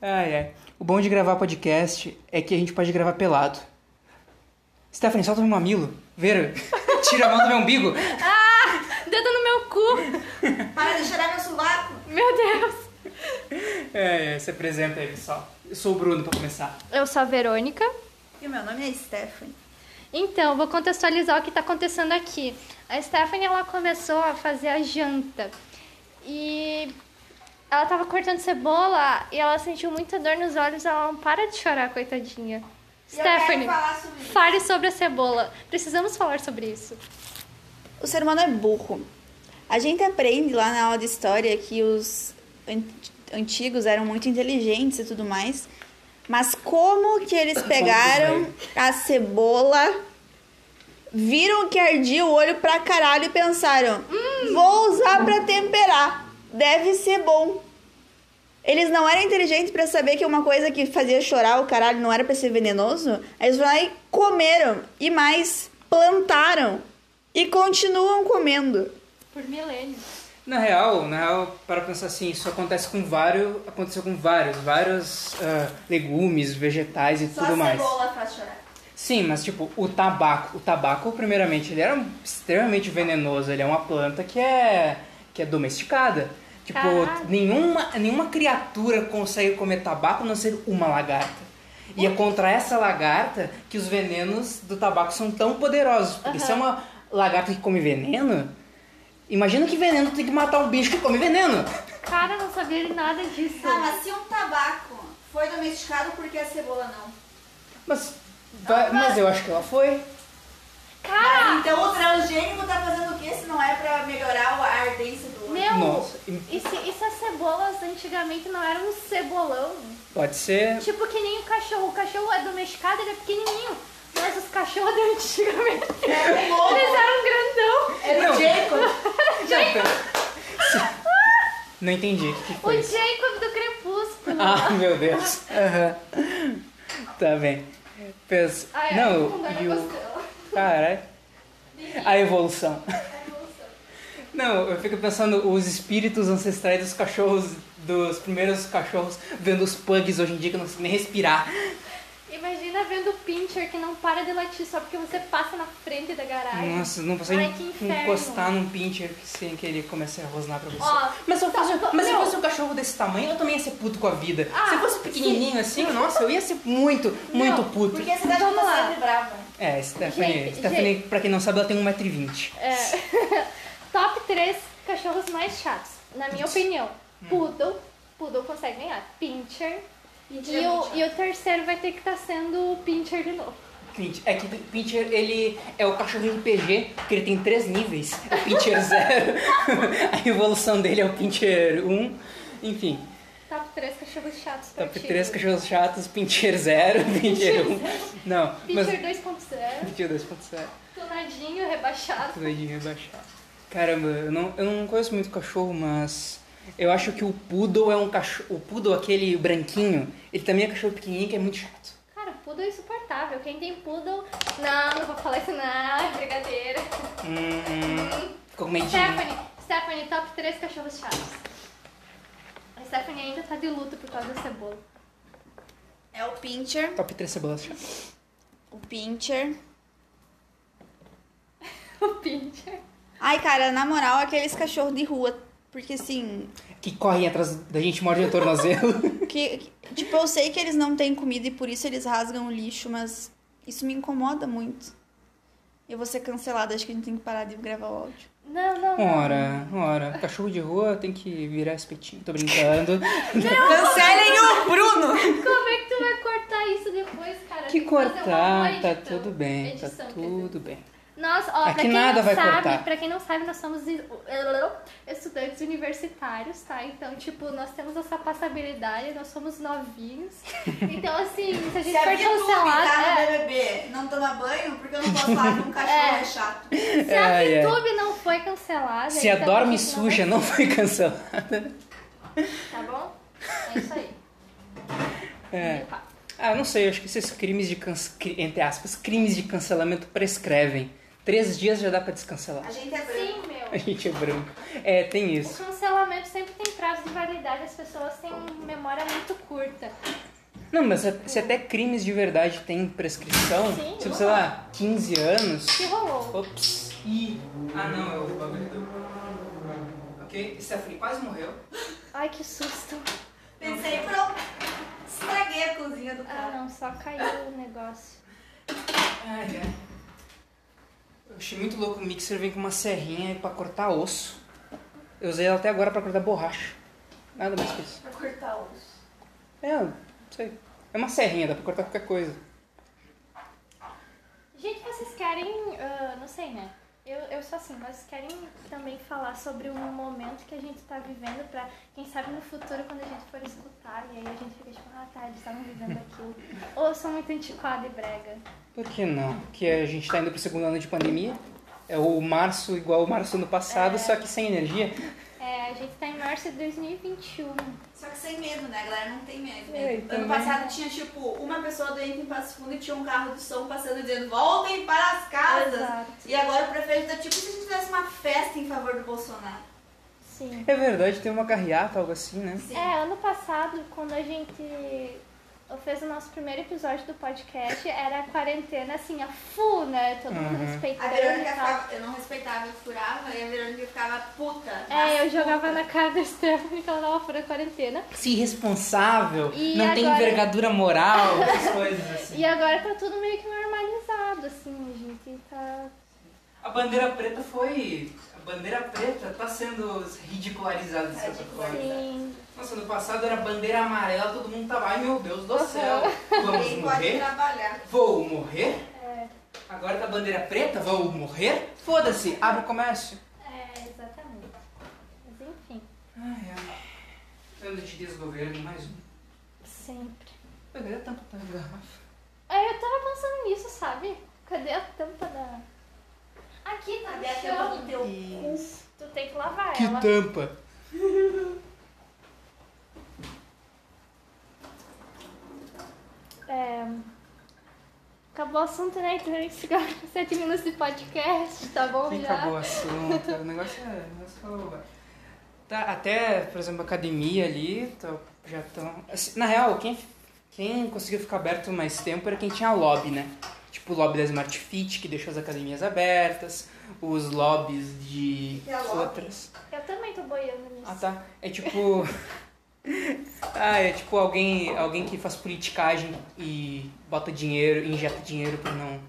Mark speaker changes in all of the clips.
Speaker 1: Ai, ai. Ah, é. O bom de gravar podcast é que a gente pode gravar pelado. Stephanie, solta meu mamilo. Vera, tira a mão do meu umbigo.
Speaker 2: Dedo no meu cu!
Speaker 3: Para de cheirar meu sovaco.
Speaker 2: Meu Deus!
Speaker 1: É, é, se apresenta aí, pessoal. Eu sou o Bruno, pra começar.
Speaker 2: Eu sou a Verônica.
Speaker 3: E o meu nome é Stephanie.
Speaker 2: Então, vou contextualizar o que tá acontecendo aqui. A Stephanie, ela começou a fazer a janta. E ela tava cortando cebola e ela sentiu muita dor nos olhos. Ela não para de chorar, coitadinha.
Speaker 3: E eu quero
Speaker 2: Stephanie,
Speaker 3: falar sobre isso.
Speaker 2: fale sobre a cebola. Precisamos falar sobre isso.
Speaker 4: O ser humano é burro. A gente aprende lá na aula de história que os an- antigos eram muito inteligentes e tudo mais. Mas como que eles pegaram a cebola, viram que ardia o olho pra caralho e pensaram: "Hum, vou usar pra temperar, deve ser bom. Eles não eram inteligentes pra saber que uma coisa que fazia chorar o caralho não era pra ser venenoso. Eles vão lá e comeram. E mais, plantaram. E continuam comendo.
Speaker 2: Por milênios.
Speaker 1: Na real, na real, para pensar assim, isso acontece com vários. Aconteceu com vários, vários ah, legumes, vegetais e
Speaker 3: Só
Speaker 1: tudo
Speaker 3: a
Speaker 1: mais.
Speaker 3: cebola faz chorar.
Speaker 1: Sim, mas tipo, o tabaco. O tabaco, primeiramente, ele era extremamente venenoso. Ele é uma planta que é, que é domesticada. Tipo,
Speaker 2: Caraca.
Speaker 1: nenhuma, nenhuma criatura consegue comer tabaco a não ser uma lagarta. E é contra essa lagarta que os venenos do tabaco são tão poderosos. Porque se é uma lagarta que come veneno, imagina que veneno tem que matar um bicho que come veneno.
Speaker 2: Cara, não sabia de nada disso.
Speaker 3: Tá, mas se um tabaco foi domesticado, por que a cebola não?
Speaker 1: Mas, vai- mas eu acho que ela foi.
Speaker 2: Cara,
Speaker 3: Então o transgênico tá fazendo o que se não é pra melhorar a ardência do olho?
Speaker 2: meu.
Speaker 1: Nossa,
Speaker 2: E se, e se as cebolas antigamente não eram um cebolão?
Speaker 1: pode ser.
Speaker 2: Tipo que nem o cachorro. O cachorro é domesticado, ele é pequenininho. Mas os cachorros de antigamente,
Speaker 3: Era
Speaker 1: É,
Speaker 3: um lobo,
Speaker 2: eles eram grandão.
Speaker 3: era
Speaker 1: Não.
Speaker 3: o Jacob.
Speaker 1: Não entendi. O que que
Speaker 2: O
Speaker 1: foi isso?
Speaker 2: Jacob do Crepúsculo.
Speaker 1: Ah, meu Deus. Aham. Tá bem. Pensa-
Speaker 2: Ai, ai,
Speaker 1: Não,
Speaker 2: com dor na
Speaker 1: e o...
Speaker 2: costela.
Speaker 1: Caralho. A evolução. Não, eu fico pensando os espíritos ancestrais dos cachorros, dos primeiros cachorros, vendo os pugs hoje em dia que não conseguem nem respirar.
Speaker 2: Imagina vendo o Pincher que não para de latir só porque você passa na frente da garagem.
Speaker 1: Nossa, não consegue
Speaker 2: Ai, que inferno.
Speaker 1: encostar num pincher sem que ele comece a rosnar pra você.
Speaker 2: Ó,
Speaker 1: mas se eu
Speaker 2: tá,
Speaker 1: fosse,
Speaker 2: tá,
Speaker 1: mas se eu
Speaker 2: não.
Speaker 1: fosse um cachorro desse tamanho, eu também ia ser puto com a vida.
Speaker 2: Ah,
Speaker 1: se eu fosse pequenininho assim, nossa, eu ia ser muito, muito puto.
Speaker 3: Porque a cidade
Speaker 2: Vamos
Speaker 3: tá
Speaker 2: lá.
Speaker 3: sempre brava.
Speaker 1: É, Stephanie,
Speaker 2: Gente,
Speaker 1: Stephanie
Speaker 2: gente.
Speaker 1: pra quem não sabe, ela tem 1,20m.
Speaker 2: É. Top 3 cachorros mais chatos, na minha opinião.
Speaker 1: Hum.
Speaker 2: Poodle, Poodle consegue ganhar. Pincher. E,
Speaker 3: Pincher é muito
Speaker 2: o,
Speaker 3: chato.
Speaker 2: e o terceiro vai ter que estar sendo o Pincher de novo.
Speaker 1: Pinch. É que o Pincher, ele é o cachorro RPG, porque ele tem três níveis. É o Pincher 0, a evolução dele é o Pincher 1, enfim.
Speaker 2: Top 3 cachorros chatos.
Speaker 1: Top
Speaker 2: partidos.
Speaker 1: 3 cachorros chatos, Pincher 0, Pincher 1. Não, mas...
Speaker 2: Pincher 2.0,
Speaker 1: Pincher 2.0.
Speaker 2: tonadinho, rebaixado.
Speaker 1: Tudo aí de rebaixar. Caramba, eu não, eu não conheço muito cachorro, mas eu acho que o Poodle é um cachorro. O Poodle, aquele branquinho, ele também é cachorro pequenininho que é muito chato.
Speaker 2: Cara, poodle é insuportável. Quem tem poodle. Não, não vou falar isso, não. Brigadeira.
Speaker 1: Hum, ficou com medinho.
Speaker 2: Stephanie, Stephanie, top 3 cachorros chatos. A Stephanie ainda tá de luto por causa da cebola.
Speaker 4: É o Pincher.
Speaker 1: Top 3 cebolas chatas.
Speaker 4: O Pincher.
Speaker 2: O Pincher.
Speaker 4: Ai, cara, na moral, aqueles cachorros de rua. Porque assim.
Speaker 1: Que correm atrás da gente, morde o tornozelo.
Speaker 4: Que, que- tipo, eu sei que eles não têm comida e por isso eles rasgam o lixo, mas isso me incomoda muito. Eu vou ser cancelada, acho que a gente tem que parar de gravar o áudio.
Speaker 2: Não, não.
Speaker 1: É.
Speaker 2: não.
Speaker 1: Ora, ora. Cachorro de rua tem que virar espetinho. Tô brincando.
Speaker 4: Cancelem o Bruno!
Speaker 2: Como é que tu vai cortar isso depois, cara?
Speaker 1: Que
Speaker 2: Tem fazer uma
Speaker 1: cortar,
Speaker 2: boa
Speaker 1: tá
Speaker 2: edição.
Speaker 1: tudo bem, tá
Speaker 2: Edição, quer dizer.
Speaker 1: tudo bem.
Speaker 2: Nós, ó,
Speaker 1: Aqui
Speaker 2: pra quem
Speaker 1: É nada
Speaker 2: não
Speaker 1: vai
Speaker 2: sabe,
Speaker 1: cortar.
Speaker 2: pra quem não sabe, nós somos i- estudantes universitários, tá? Então, tipo, nós temos essa passabilidade, nós somos novinhos. Então, assim, se a gente
Speaker 3: Se
Speaker 2: for
Speaker 3: a Vitube tá no
Speaker 2: cancelado.
Speaker 3: BBB, não toma banho, porque eu não posso falar que um cachorro
Speaker 2: É.
Speaker 3: é chato.
Speaker 2: é, se a
Speaker 1: Ai, ai.
Speaker 2: YouTube não foi cancelada.
Speaker 1: Se
Speaker 2: então
Speaker 1: a dorme
Speaker 2: gente não vai-
Speaker 1: suja não foi cancelada.
Speaker 2: Tá bom? É isso aí.
Speaker 1: É.
Speaker 2: Epa.
Speaker 1: Ah, não sei, acho que esses crimes de canc... cri- entre aspas, crimes de cancelamento prescrevem. Três dias já dá pra descancelar.
Speaker 3: A gente é branco.
Speaker 2: Sim, meu.
Speaker 1: A gente é branco. É, tem
Speaker 2: O
Speaker 1: isso.
Speaker 2: cancelamento sempre tem prazo de validade as pessoas têm memória muito curta.
Speaker 1: Não, mas se até crimes de verdade tem prescrição,
Speaker 2: Sim,
Speaker 1: tipo,
Speaker 2: não.
Speaker 1: sei lá, 15 anos.
Speaker 2: Que rolou.
Speaker 1: Ops. Ih. Ah, não, é o bagulho do- Ok, Stephanie quase morreu.
Speaker 2: Ai, que susto.
Speaker 3: Pensei, pronto. Estraguei a cozinha do
Speaker 2: Ah,
Speaker 3: cara.
Speaker 2: não, só caiu o negócio.
Speaker 1: Ai, ai. Eu achei muito louco o mixer vem com uma serrinha pra cortar osso. Eu usei ela até agora pra cortar borracha. Nada mais que isso.
Speaker 3: Pra cortar os.
Speaker 1: É, não sei. É uma serrinha, dá pra cortar qualquer coisa.
Speaker 2: Gente, vocês querem. ah, não sei, né? Eu, eu sou assim, mas querem também falar sobre um momento que a gente tá vivendo pra, quem sabe no futuro, quando a gente for escutar, e aí a gente fica tipo, ah tá, eles estavam vivendo aquilo. Ou eu sou muito antiquada e brega.
Speaker 1: Por que não? Porque a gente tá indo pro segundo ano de pandemia. É o março igual o março do passado, só que sem energia.
Speaker 2: É, a gente tá em março de 2021.
Speaker 3: Só que sem medo, né? A galera não tem medo.
Speaker 1: É,
Speaker 3: Ano
Speaker 1: também.
Speaker 3: passado tinha, tipo, uma pessoa doente em Passo Fundo e tinha um carro de som passando dizendo voltem para as casas.
Speaker 2: Exato.
Speaker 3: E agora o prefeito tá tipo se a gente tivesse uma festa em favor do Bolsonaro.
Speaker 2: Sim.
Speaker 1: É verdade, tem uma carreata, algo assim, né?
Speaker 3: Sim.
Speaker 2: É, ano passado, quando a gente fez o nosso primeiro episódio do podcast, era a quarentena, assim, a full, né? Todo mundo
Speaker 3: A
Speaker 2: respeitando e
Speaker 3: Verônica
Speaker 2: tal.
Speaker 3: ficava, eu não respeitava, eu furava e a Verônica ficava puta.
Speaker 2: É, eu jogava na cara da Stephanie que ela tava fora da quarentena.
Speaker 1: Se irresponsável,
Speaker 2: E
Speaker 1: não tem
Speaker 2: agora-
Speaker 1: envergadura moral, essas coisas assim.
Speaker 2: E agora tá tudo meio que normalizado, assim, a gente tá...
Speaker 1: A bandeira preta foi. A bandeira preta tá sendo ridicularizada de certa forma.
Speaker 2: Sim,
Speaker 1: Nossa, no passado era bandeira amarela, todo mundo tava, ai meu Deus do céu, vamos
Speaker 3: Ninguém pode
Speaker 1: morrer?
Speaker 3: trabalhar.
Speaker 1: Vou morrer? Agora tá bandeira preta, vou morrer? Foda-se, abre o comércio.
Speaker 2: é, exatamente. Mas enfim,
Speaker 1: Ai, ai. Ano de desgoverno, mais um.
Speaker 2: sempre.
Speaker 1: Cadê a tampa da garrafa?
Speaker 2: É, eu tava pensando nisso, sabe? Cadê a tampa da... Aqui, tá
Speaker 3: Cadê a tampa
Speaker 2: deixando.
Speaker 3: do teu cu?
Speaker 2: Tu tem que lavar
Speaker 1: Que
Speaker 2: ela.
Speaker 1: tampa!
Speaker 2: É... Acabou o assunto, né? Então a gente fica com sete minutos de podcast, tá bom?
Speaker 1: Sim,
Speaker 2: já?
Speaker 1: acabou o assunto. O negócio é. O negócio é roubar. tá, até, por exemplo, a academia ali, tá- já estão. na real, quem, quem conseguiu ficar aberto mais tempo era quem tinha lobby, né? Tipo o lobby da Smart Fit, que deixou as academias abertas, os lobbies de
Speaker 3: que é lobby?
Speaker 1: outras.
Speaker 2: Eu também tô boiando nisso.
Speaker 1: Ah tá. É tipo. ah, é tipo alguém, alguém que faz politicagem e bota dinheiro, injeta dinheiro pra não.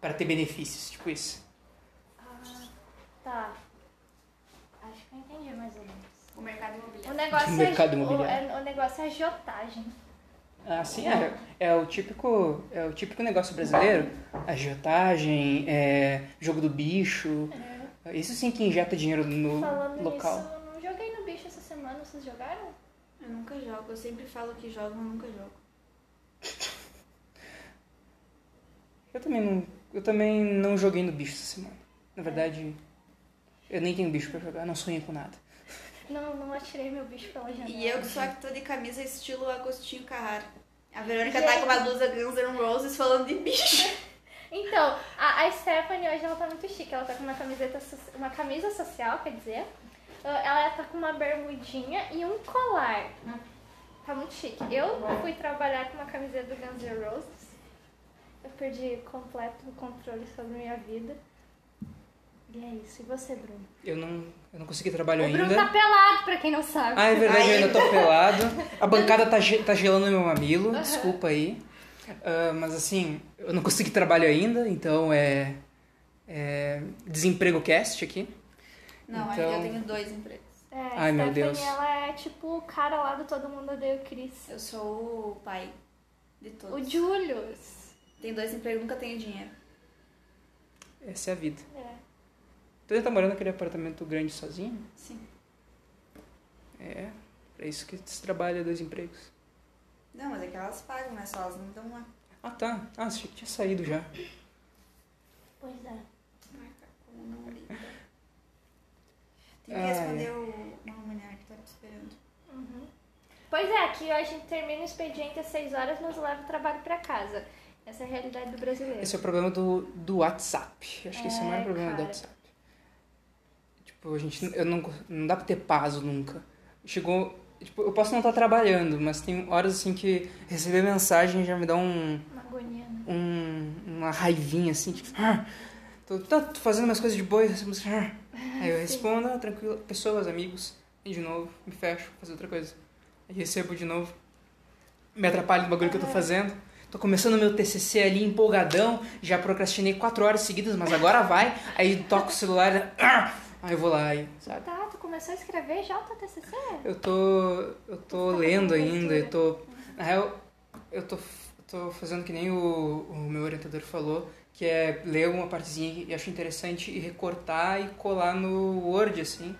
Speaker 1: para ter benefícios, tipo isso.
Speaker 2: Ah, tá. Acho que eu entendi mais ou menos.
Speaker 3: O mercado
Speaker 2: O
Speaker 3: imobiliário.
Speaker 2: negócio,
Speaker 1: Mercado
Speaker 2: é, o,
Speaker 1: imobiliário.
Speaker 2: é- o negócio é agiotagem.
Speaker 1: Ah, sim, é, é o típico, é o típico negócio brasileiro, agiotagem, é, jogo do bicho, isso sim que injeta dinheiro no
Speaker 2: Falando
Speaker 1: local.
Speaker 2: nisso, eu não joguei no bicho essa semana. Vocês jogaram?
Speaker 3: Eu nunca jogo, eu sempre falo que jogo, mas nunca jogo.
Speaker 1: Eu também não, eu também não joguei no bicho essa semana. Na verdade, eu nem tenho bicho pra jogar, não sonhei com nada.
Speaker 2: Não, não atirei meu bicho né? pela janela.
Speaker 3: E eu que só que tô de camisa estilo Agostinho Carrara. A Verônica tá com uma blusa Guns N' Roses falando de bicho.
Speaker 2: Então, a, a Stephanie hoje ela tá muito chique. Ela tá com uma camiseta, so- uma camisa social, quer dizer. Ah, Ela tá com uma bermudinha e um colar. Tá muito chique. Eu fui trabalhar com uma camiseta do Guns N' Roses. Eu perdi completo o controle sobre a minha vida. E é isso. E você, Bruno?
Speaker 1: Eu não, eu não consegui trabalho
Speaker 2: O Bruno
Speaker 1: ainda.
Speaker 2: tá pelado, pra quem não sabe.
Speaker 1: Ah, é verdade, eu
Speaker 3: Ainda.
Speaker 1: ainda tô pelado. A bancada tá, ge- tá gelando meu mamilo, desculpa aí. Ah, mas assim, eu não consegui trabalho ainda, então é. é desemprego cast aqui.
Speaker 3: Não,
Speaker 1: Então-
Speaker 3: é que eu tenho dois empregos.
Speaker 2: É, a
Speaker 1: Ai, meu
Speaker 2: Stephanie,
Speaker 1: Deus.
Speaker 2: ela é tipo o cara lá do Todo Mundo Odeia o Chris.
Speaker 3: Eu sou o pai de todos.
Speaker 2: O Julius.
Speaker 3: Tenho dois empregos, nunca tenho dinheiro.
Speaker 1: Essa é a vida.
Speaker 2: É.
Speaker 1: Então ele tá morando naquele apartamento grande sozinho?
Speaker 3: Sim.
Speaker 1: É. Pra isso que se trabalha dois empregos.
Speaker 3: Não, mas é que elas pagam, né? Só elas não dão lá.
Speaker 1: Ah tá. Ah, achei que tinha saído já.
Speaker 2: Pois é.
Speaker 3: Marca como não é liga. Tem que
Speaker 1: Ai.
Speaker 3: responder o- uma mulher que tá me esperando.
Speaker 2: Uhum. Pois é, aqui a gente termina o expediente às 6 horas, mas leva o trabalho pra casa. Essa é a realidade do brasileiro.
Speaker 1: Esse é o problema do, do WhatsApp. Acho que esse é o maior
Speaker 2: É,
Speaker 1: problema do
Speaker 2: cara.
Speaker 1: WhatsApp. Tipo, a gente. Eu não, não dá pra ter paz nunca. Chegou. Tipo, eu posso não estar trabalhando, mas tem horas assim que receber mensagem já me dá um.
Speaker 2: Uma agonia, né?
Speaker 1: um- uma raivinha assim, tipo. "Ah, tô, tô fazendo umas coisas de boa e recebo mensagem, "Ah". Aí eu respondo, ah, tranquilo, pessoas, amigos, e de novo, me fecho, fazer outra coisa. Aí recebo de novo, me atrapalho no bagulho que eu tô fazendo. Tô começando meu TCC ali empolgadão, já procrastinei quatro horas seguidas, mas agora vai. Aí toco o celular, "Ah", aí eu vou lá e, sabe?
Speaker 2: Tá, tu começou a escrever já o teu TCC?
Speaker 1: Eu tô. Eu tô
Speaker 2: Tá
Speaker 1: lendo
Speaker 2: fazendo
Speaker 1: ainda, eu
Speaker 2: leitura.
Speaker 1: tô. Na real, eu tô, tô fazendo que nem o, o meu orientador falou, que é ler uma partezinha que eu acho interessante e recortar e colar no Word, assim,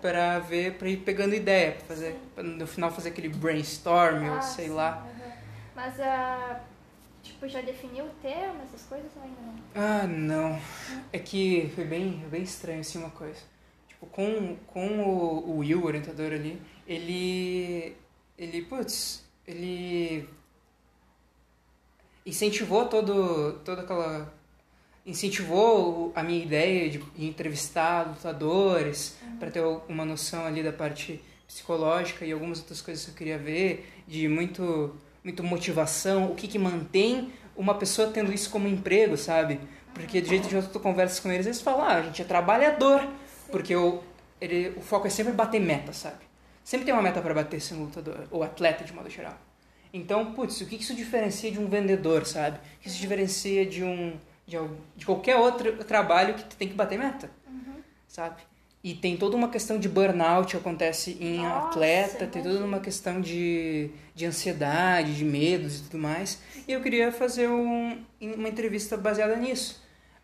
Speaker 1: pra ver, pra ir pegando ideia, pra fazer. Pra no final fazer aquele brainstorm
Speaker 2: Ah,
Speaker 1: ou sei
Speaker 2: sim,
Speaker 1: lá.
Speaker 2: aham. Uhum. Mas, ah, tipo, já definiu o tema, essas coisas ou ainda não?
Speaker 1: Ah, não. É que foi bem, bem estranho, assim, uma coisa. Tipo, com, com o, o Will, o orientador ali, ele... Ele, putz, ele... Incentivou todo, toda aquela... Incentivou o- a minha ideia de, de entrevistar lutadores pra ter uma noção ali da parte psicológica e algumas outras coisas que eu queria ver, de muito, muito motivação, o que que mantém uma pessoa tendo isso como emprego, sabe? Porque do jeito de outro tu conversas com eles, eles falam, ah, a gente é trabalhador, porque o, ele, o foco é sempre bater meta, sabe? Sempre tem uma meta pra bater sendo lutador, ou atleta de modo geral. Então, putz, o que que isso diferencia de um vendedor, sabe? O que isso diferencia de um de, al- de qualquer outro trabalho que tu tem que bater meta,
Speaker 2: Uhum.
Speaker 1: sabe? E tem toda uma questão de burnout acontece em
Speaker 2: Nossa,
Speaker 1: atleta, tem toda
Speaker 2: imagina.
Speaker 1: uma questão de, de ansiedade, de medos e tudo mais. E eu queria fazer um, uma entrevista baseada nisso.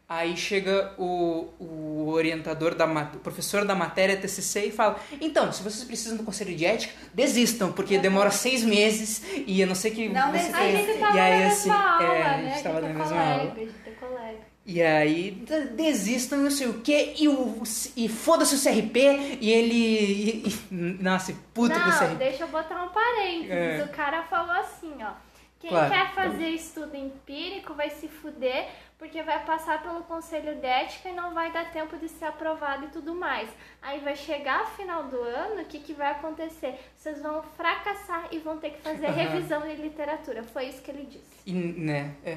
Speaker 1: Aí chega o, o orientador, da, mat- o professor da matéria TCC e fala: Então, se vocês precisam do conselho de ética, desistam, porque demora seis meses e eu não sei que.
Speaker 3: Não
Speaker 1: você
Speaker 3: desista.
Speaker 2: A
Speaker 3: Sim.
Speaker 2: gente tava
Speaker 1: E aí,
Speaker 2: na mesma
Speaker 1: assim,
Speaker 2: aula,
Speaker 1: é, a
Speaker 2: né?
Speaker 1: gente tava
Speaker 2: é
Speaker 1: na mesma
Speaker 2: colega,
Speaker 1: aula.
Speaker 2: A gente é colega.
Speaker 1: E aí, d- desistam, não sei o quê, e, o, e foda-se o CRP, e ele. E, e, nossa, puto com o
Speaker 2: Não,
Speaker 1: CRP.
Speaker 2: deixa eu botar um parênteses.
Speaker 1: É.
Speaker 2: O cara falou assim, ó. Quem
Speaker 1: Claro. tá
Speaker 2: quer fazer estudo empírico vai se fuder, porque vai passar pelo conselho de ética e não vai dar tempo de ser aprovado e tudo mais. Aí vai chegar ao final do ano, o que, que vai acontecer? Vocês vão fracassar e vão ter que fazer
Speaker 1: Aham.
Speaker 2: revisão de literatura. Foi isso que ele disse.
Speaker 1: E, né, é.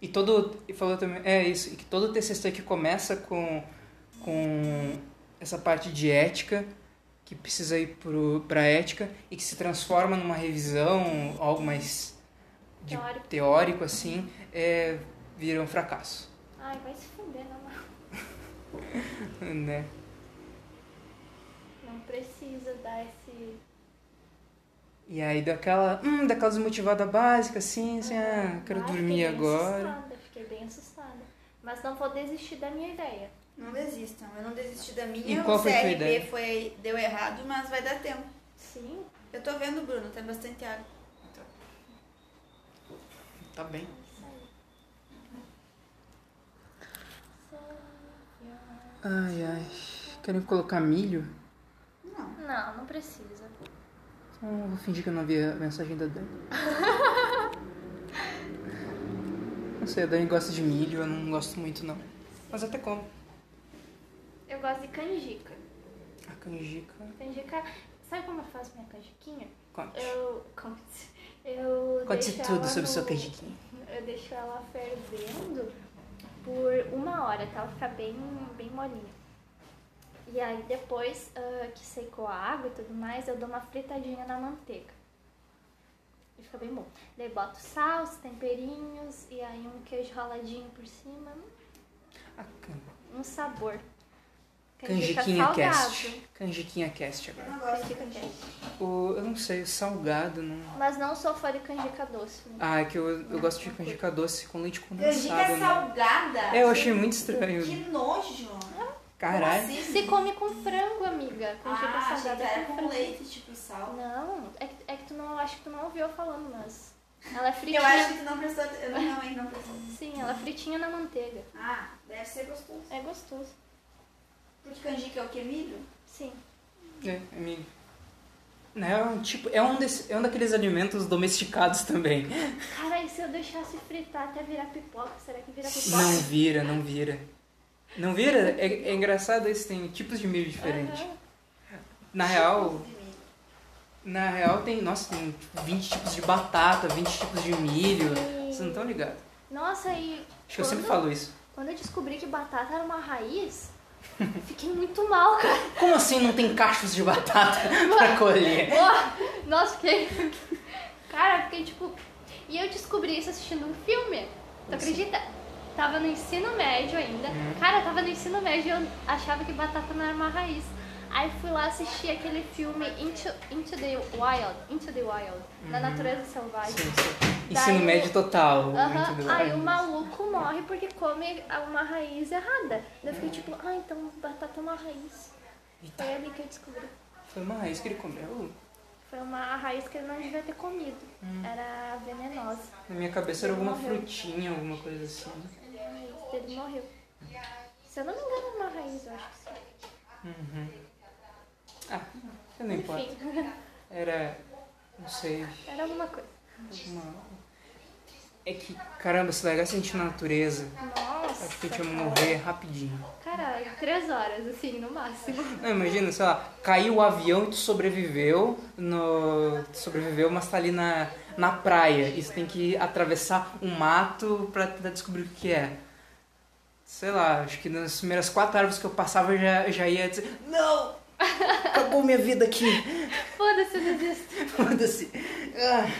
Speaker 1: E todo. E falou também. É isso. E que todo TCC que começa com. com essa parte de ética, que precisa ir pro, pra ética, e que se transforma numa revisão, algo mais. de-
Speaker 2: Teórico.
Speaker 1: teórico, assim, é, vira um fracasso.
Speaker 2: Ai, vai se fuder, não,
Speaker 1: Né?
Speaker 2: não precisa dar esse.
Speaker 1: E aí deu aquela. Hum, daquela desmotivada básica, assim, assim, ah, quero
Speaker 2: Ai,
Speaker 1: dormir
Speaker 2: fiquei bem
Speaker 1: agora.
Speaker 2: Assustada, fiquei bem assustada. Mas não vou desistir da minha ideia.
Speaker 3: Não desistam, eu não desisti da minha.
Speaker 1: E qual
Speaker 3: o
Speaker 1: foi a tua
Speaker 3: CRB
Speaker 1: ideia?
Speaker 3: foi deu errado, mas vai dar tempo.
Speaker 2: Sim,
Speaker 3: Eu tô vendo, Bruno, tem bastante água.
Speaker 1: Tá bem. Ai, ai. Querem colocar milho?
Speaker 3: Não.
Speaker 2: Não, não precisa.
Speaker 1: Então vou fingir que eu não vi a mensagem da Dani. Não sei, a Dani gosta de milho, eu não gosto muito não. Mas até como.
Speaker 2: Eu gosto de canjica.
Speaker 1: A canjica.
Speaker 2: Canjica. Sabe como eu faço minha canjiquinha?
Speaker 1: Conte.
Speaker 2: Eu. Conte. Eu.
Speaker 1: Conte
Speaker 2: deixo
Speaker 1: tudo
Speaker 2: ela
Speaker 1: sobre
Speaker 2: no...
Speaker 1: sua canjiquinha.
Speaker 2: Eu deixo ela fervendo por uma hora, tá? Ela fica bem, bem molinha. E aí depois ah, que secou a água e tudo mais, eu dou uma fritadinha na manteiga. E fica bem bom. Daí boto salsa, temperinhos e aí um queijo raladinho por cima.
Speaker 1: A can-
Speaker 2: Um sabor. Canjica
Speaker 1: Canjiquinha
Speaker 2: salgado.
Speaker 1: cast. Canjiquinha cast agora.
Speaker 3: não gosto de canjica.
Speaker 1: O, eu não sei, o salgado não.
Speaker 2: Mas não sou fã de canjica doce. né?
Speaker 1: Ah, é que eu, eu gosto de canjica doce com leite
Speaker 3: Canjica
Speaker 1: condensado, né?
Speaker 3: é salgada?
Speaker 1: É, eu achei muito estranho.
Speaker 3: Que nojo.
Speaker 1: Caralho.
Speaker 3: Como assim?
Speaker 2: Se come com frango, amiga. Canjica
Speaker 3: Ah, achei que
Speaker 2: salgada
Speaker 3: era
Speaker 2: com
Speaker 3: com
Speaker 2: frango.
Speaker 3: leite, tipo sal.
Speaker 2: Não, é que, é que tu não acho que tu não ouviu eu falando, mas. Ela é fritinha.
Speaker 3: Eu acho que tu não prestou atenção. Eu não- realmente não prestou
Speaker 2: Sim, ela é fritinha na manteiga.
Speaker 3: Ah, deve ser gostoso.
Speaker 2: É gostoso.
Speaker 3: Porque canjica é o que? Milho?
Speaker 2: Sim. assim?
Speaker 1: É, amigo. Né, É um, tipo, é, um desse, é um daqueles alimentos domesticados também.
Speaker 2: Cara, e se eu deixasse fritar até virar pipoca? Será que vira pipoca?
Speaker 1: Não é vira, não vira. Não vira? É, é engraçado isso, tem tipos de milho diferentes.
Speaker 2: Aham.
Speaker 1: Na real,
Speaker 3: De milho.
Speaker 1: Na real tem, nossa, tem tipo, 20 tipos de batata, 20 tipos de milho. Vocês não estão ligados.
Speaker 2: Nossa, e.
Speaker 1: Acho que eu sempre
Speaker 2: quando-
Speaker 1: falo isso.
Speaker 2: Quando eu descobri que batata era uma raiz, fiquei muito mal, cara.
Speaker 1: Como assim não tem cachos de batata pra colher?
Speaker 2: Ó, Nossa, fiquei. Cara, fiquei tipo. E eu descobri isso assistindo um filme. Tu acredita? Tava no ensino médio ainda. Cara, tava no ensino médio e eu achava que batata não era uma raiz. Aí fui lá assistir aquele filme Into, Into the Wild, Into the Wild, na natureza selvagem.
Speaker 1: Sim, sim. Ensino
Speaker 2: Daí-
Speaker 1: médio total.
Speaker 2: Aham,
Speaker 1: entendeu?
Speaker 2: Aí o maluco morre porque come uma raiz errada. Daí eu fiquei tipo, ah, então batata é uma raiz.
Speaker 1: Eita,
Speaker 2: Foi ali que eu descobri.
Speaker 1: foi uma raiz que ele comeu.
Speaker 2: Foi uma raiz que ele não devia ter comido. Era venenosa.
Speaker 1: Na minha cabeça era alguma
Speaker 2: Morreu.
Speaker 1: frutinha, alguma coisa assim.
Speaker 2: Ele morreu. Ele morreu. Se eu não me engano, era uma raiz, eu acho que sim.
Speaker 1: Uhum. Ah, não importa.
Speaker 2: Enfim,
Speaker 1: Era. Não sei.
Speaker 2: era alguma coisa.
Speaker 1: Uma... É que, caramba, se largasse a gente na natureza,
Speaker 2: Nossa.
Speaker 1: acho que a gente ia
Speaker 2: cara.
Speaker 1: morrer rapidinho.
Speaker 2: Cara, três horas, assim, no máximo.
Speaker 1: Não, imagina, sei lá, caiu o avião e tu sobreviveu, no... tu sobreviveu, mas tá ali na, na praia. E tu tem que atravessar um mato pra tentar descobrir o que é. Sei lá, acho que nas primeiras quatro árvores que eu passava eu já, eu já ia dizer, não! Acabou minha vida aqui!
Speaker 2: Foda-se, eu desisto.
Speaker 1: Foda-se! Ah,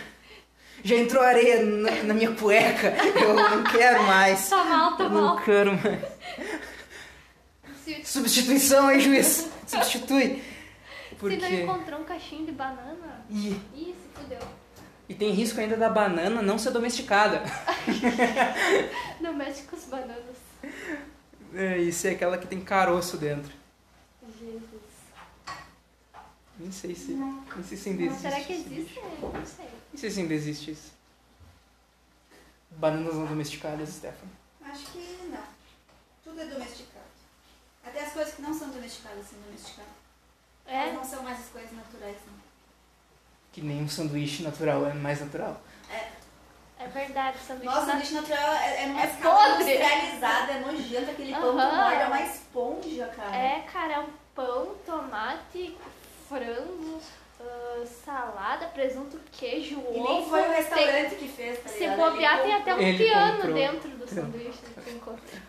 Speaker 1: já entrou areia na, na minha cueca, eu não quero mais!
Speaker 2: Tá mal, tá
Speaker 1: Eu não
Speaker 2: mal.
Speaker 1: quero mais!
Speaker 2: Se, se
Speaker 1: Substituição aí, juiz! Substitui! Porque...
Speaker 2: não encontrou um cachinho de banana,
Speaker 1: Ih,
Speaker 2: ih, se fudeu.
Speaker 1: E tem risco ainda da banana não ser domesticada.
Speaker 2: Domésticos bananas.
Speaker 1: É, e ser aquela que tem caroço dentro.
Speaker 2: Jesus.
Speaker 1: Nem sei se. Nem sei se ainda
Speaker 2: Mas
Speaker 1: existe.
Speaker 2: será que
Speaker 1: isso,
Speaker 2: existe?
Speaker 1: bicho.
Speaker 2: Não sei.
Speaker 1: Nem sei se ainda existe isso. Bananas não domesticadas, Stefano.
Speaker 3: Acho que não. Tudo é domesticado. Até as coisas que não são domesticadas são domesticadas. Elas
Speaker 2: É?
Speaker 3: Não são mais as coisas naturais, não.
Speaker 1: Que nem um sanduíche natural, é mais natural.
Speaker 2: É verdade, sanduíche
Speaker 3: Nossa, o
Speaker 2: na-
Speaker 3: lixo natural é, é numa
Speaker 2: É
Speaker 3: escala
Speaker 2: podre.
Speaker 3: industrializada, é nojento aquele pão que
Speaker 2: Aham.
Speaker 3: morde, é uma esponja, cara.
Speaker 2: É, cara, é um pão, tomate, frango, ah, salada, presunto, queijo,
Speaker 3: E
Speaker 2: ovo.
Speaker 3: nem foi o restaurante
Speaker 2: Tem-
Speaker 3: que fez, tá
Speaker 2: Se
Speaker 3: ligado?
Speaker 2: bobear, tem
Speaker 3: Ele
Speaker 2: até um
Speaker 1: Ele
Speaker 2: piano
Speaker 1: comprou.
Speaker 2: dentro do sanduíche. que encontra.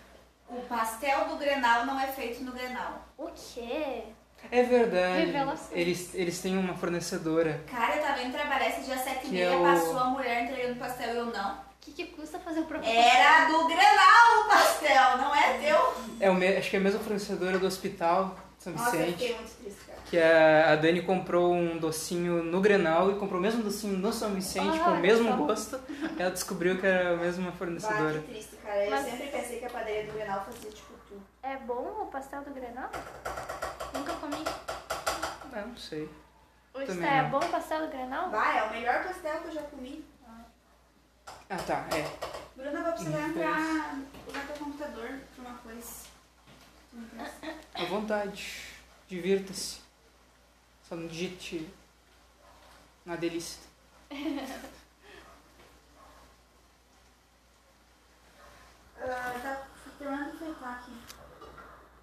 Speaker 3: comprou. O pastel do Grenal não é feito no Grenal.
Speaker 2: O quê?
Speaker 1: É verdade.
Speaker 2: Revelação.
Speaker 1: Eles, eles têm uma fornecedora.
Speaker 3: Cara, eu tava indo trabalhar esse dia 7 e
Speaker 1: Que
Speaker 3: meia,
Speaker 1: é o-
Speaker 3: passou a mulher entregando pastel e eu não.
Speaker 2: O que, que custa fazer o propósito?
Speaker 3: Era do Grenal o pastel, não é teu.
Speaker 1: É o me- Acho que é a mesma fornecedora do hospital São
Speaker 3: Nossa, eu
Speaker 1: Vicente.
Speaker 3: fiquei muito triste, cara.
Speaker 1: Que a, a Dani comprou um docinho no Grenal e comprou o mesmo docinho no São Vicente,
Speaker 2: Ah,
Speaker 1: com o mesmo
Speaker 2: então.
Speaker 1: gosto. Ela descobriu que era a mesma
Speaker 3: Bah,
Speaker 1: fornecedora.
Speaker 3: que triste, cara. Eu
Speaker 2: Mas-
Speaker 3: sempre pensei que a padaria do Grenal fazia, tipo, tudo.
Speaker 2: É bom o pastel do Grenal? Nunca comi.
Speaker 1: Ah, não sei.
Speaker 2: O Esté,
Speaker 1: Também
Speaker 2: é
Speaker 1: não.
Speaker 2: bom o pastel do Grenal?
Speaker 3: Vai, é o melhor pastel que eu já comi.
Speaker 1: Ah, tá, é.
Speaker 3: Bruna, vou precisar
Speaker 1: Hum,
Speaker 3: entrar usar teu computador pra uma coisa.
Speaker 1: À vontade. Divirta-se. Só não digite na delícia.
Speaker 3: Ah, tá terminando de feitar aqui.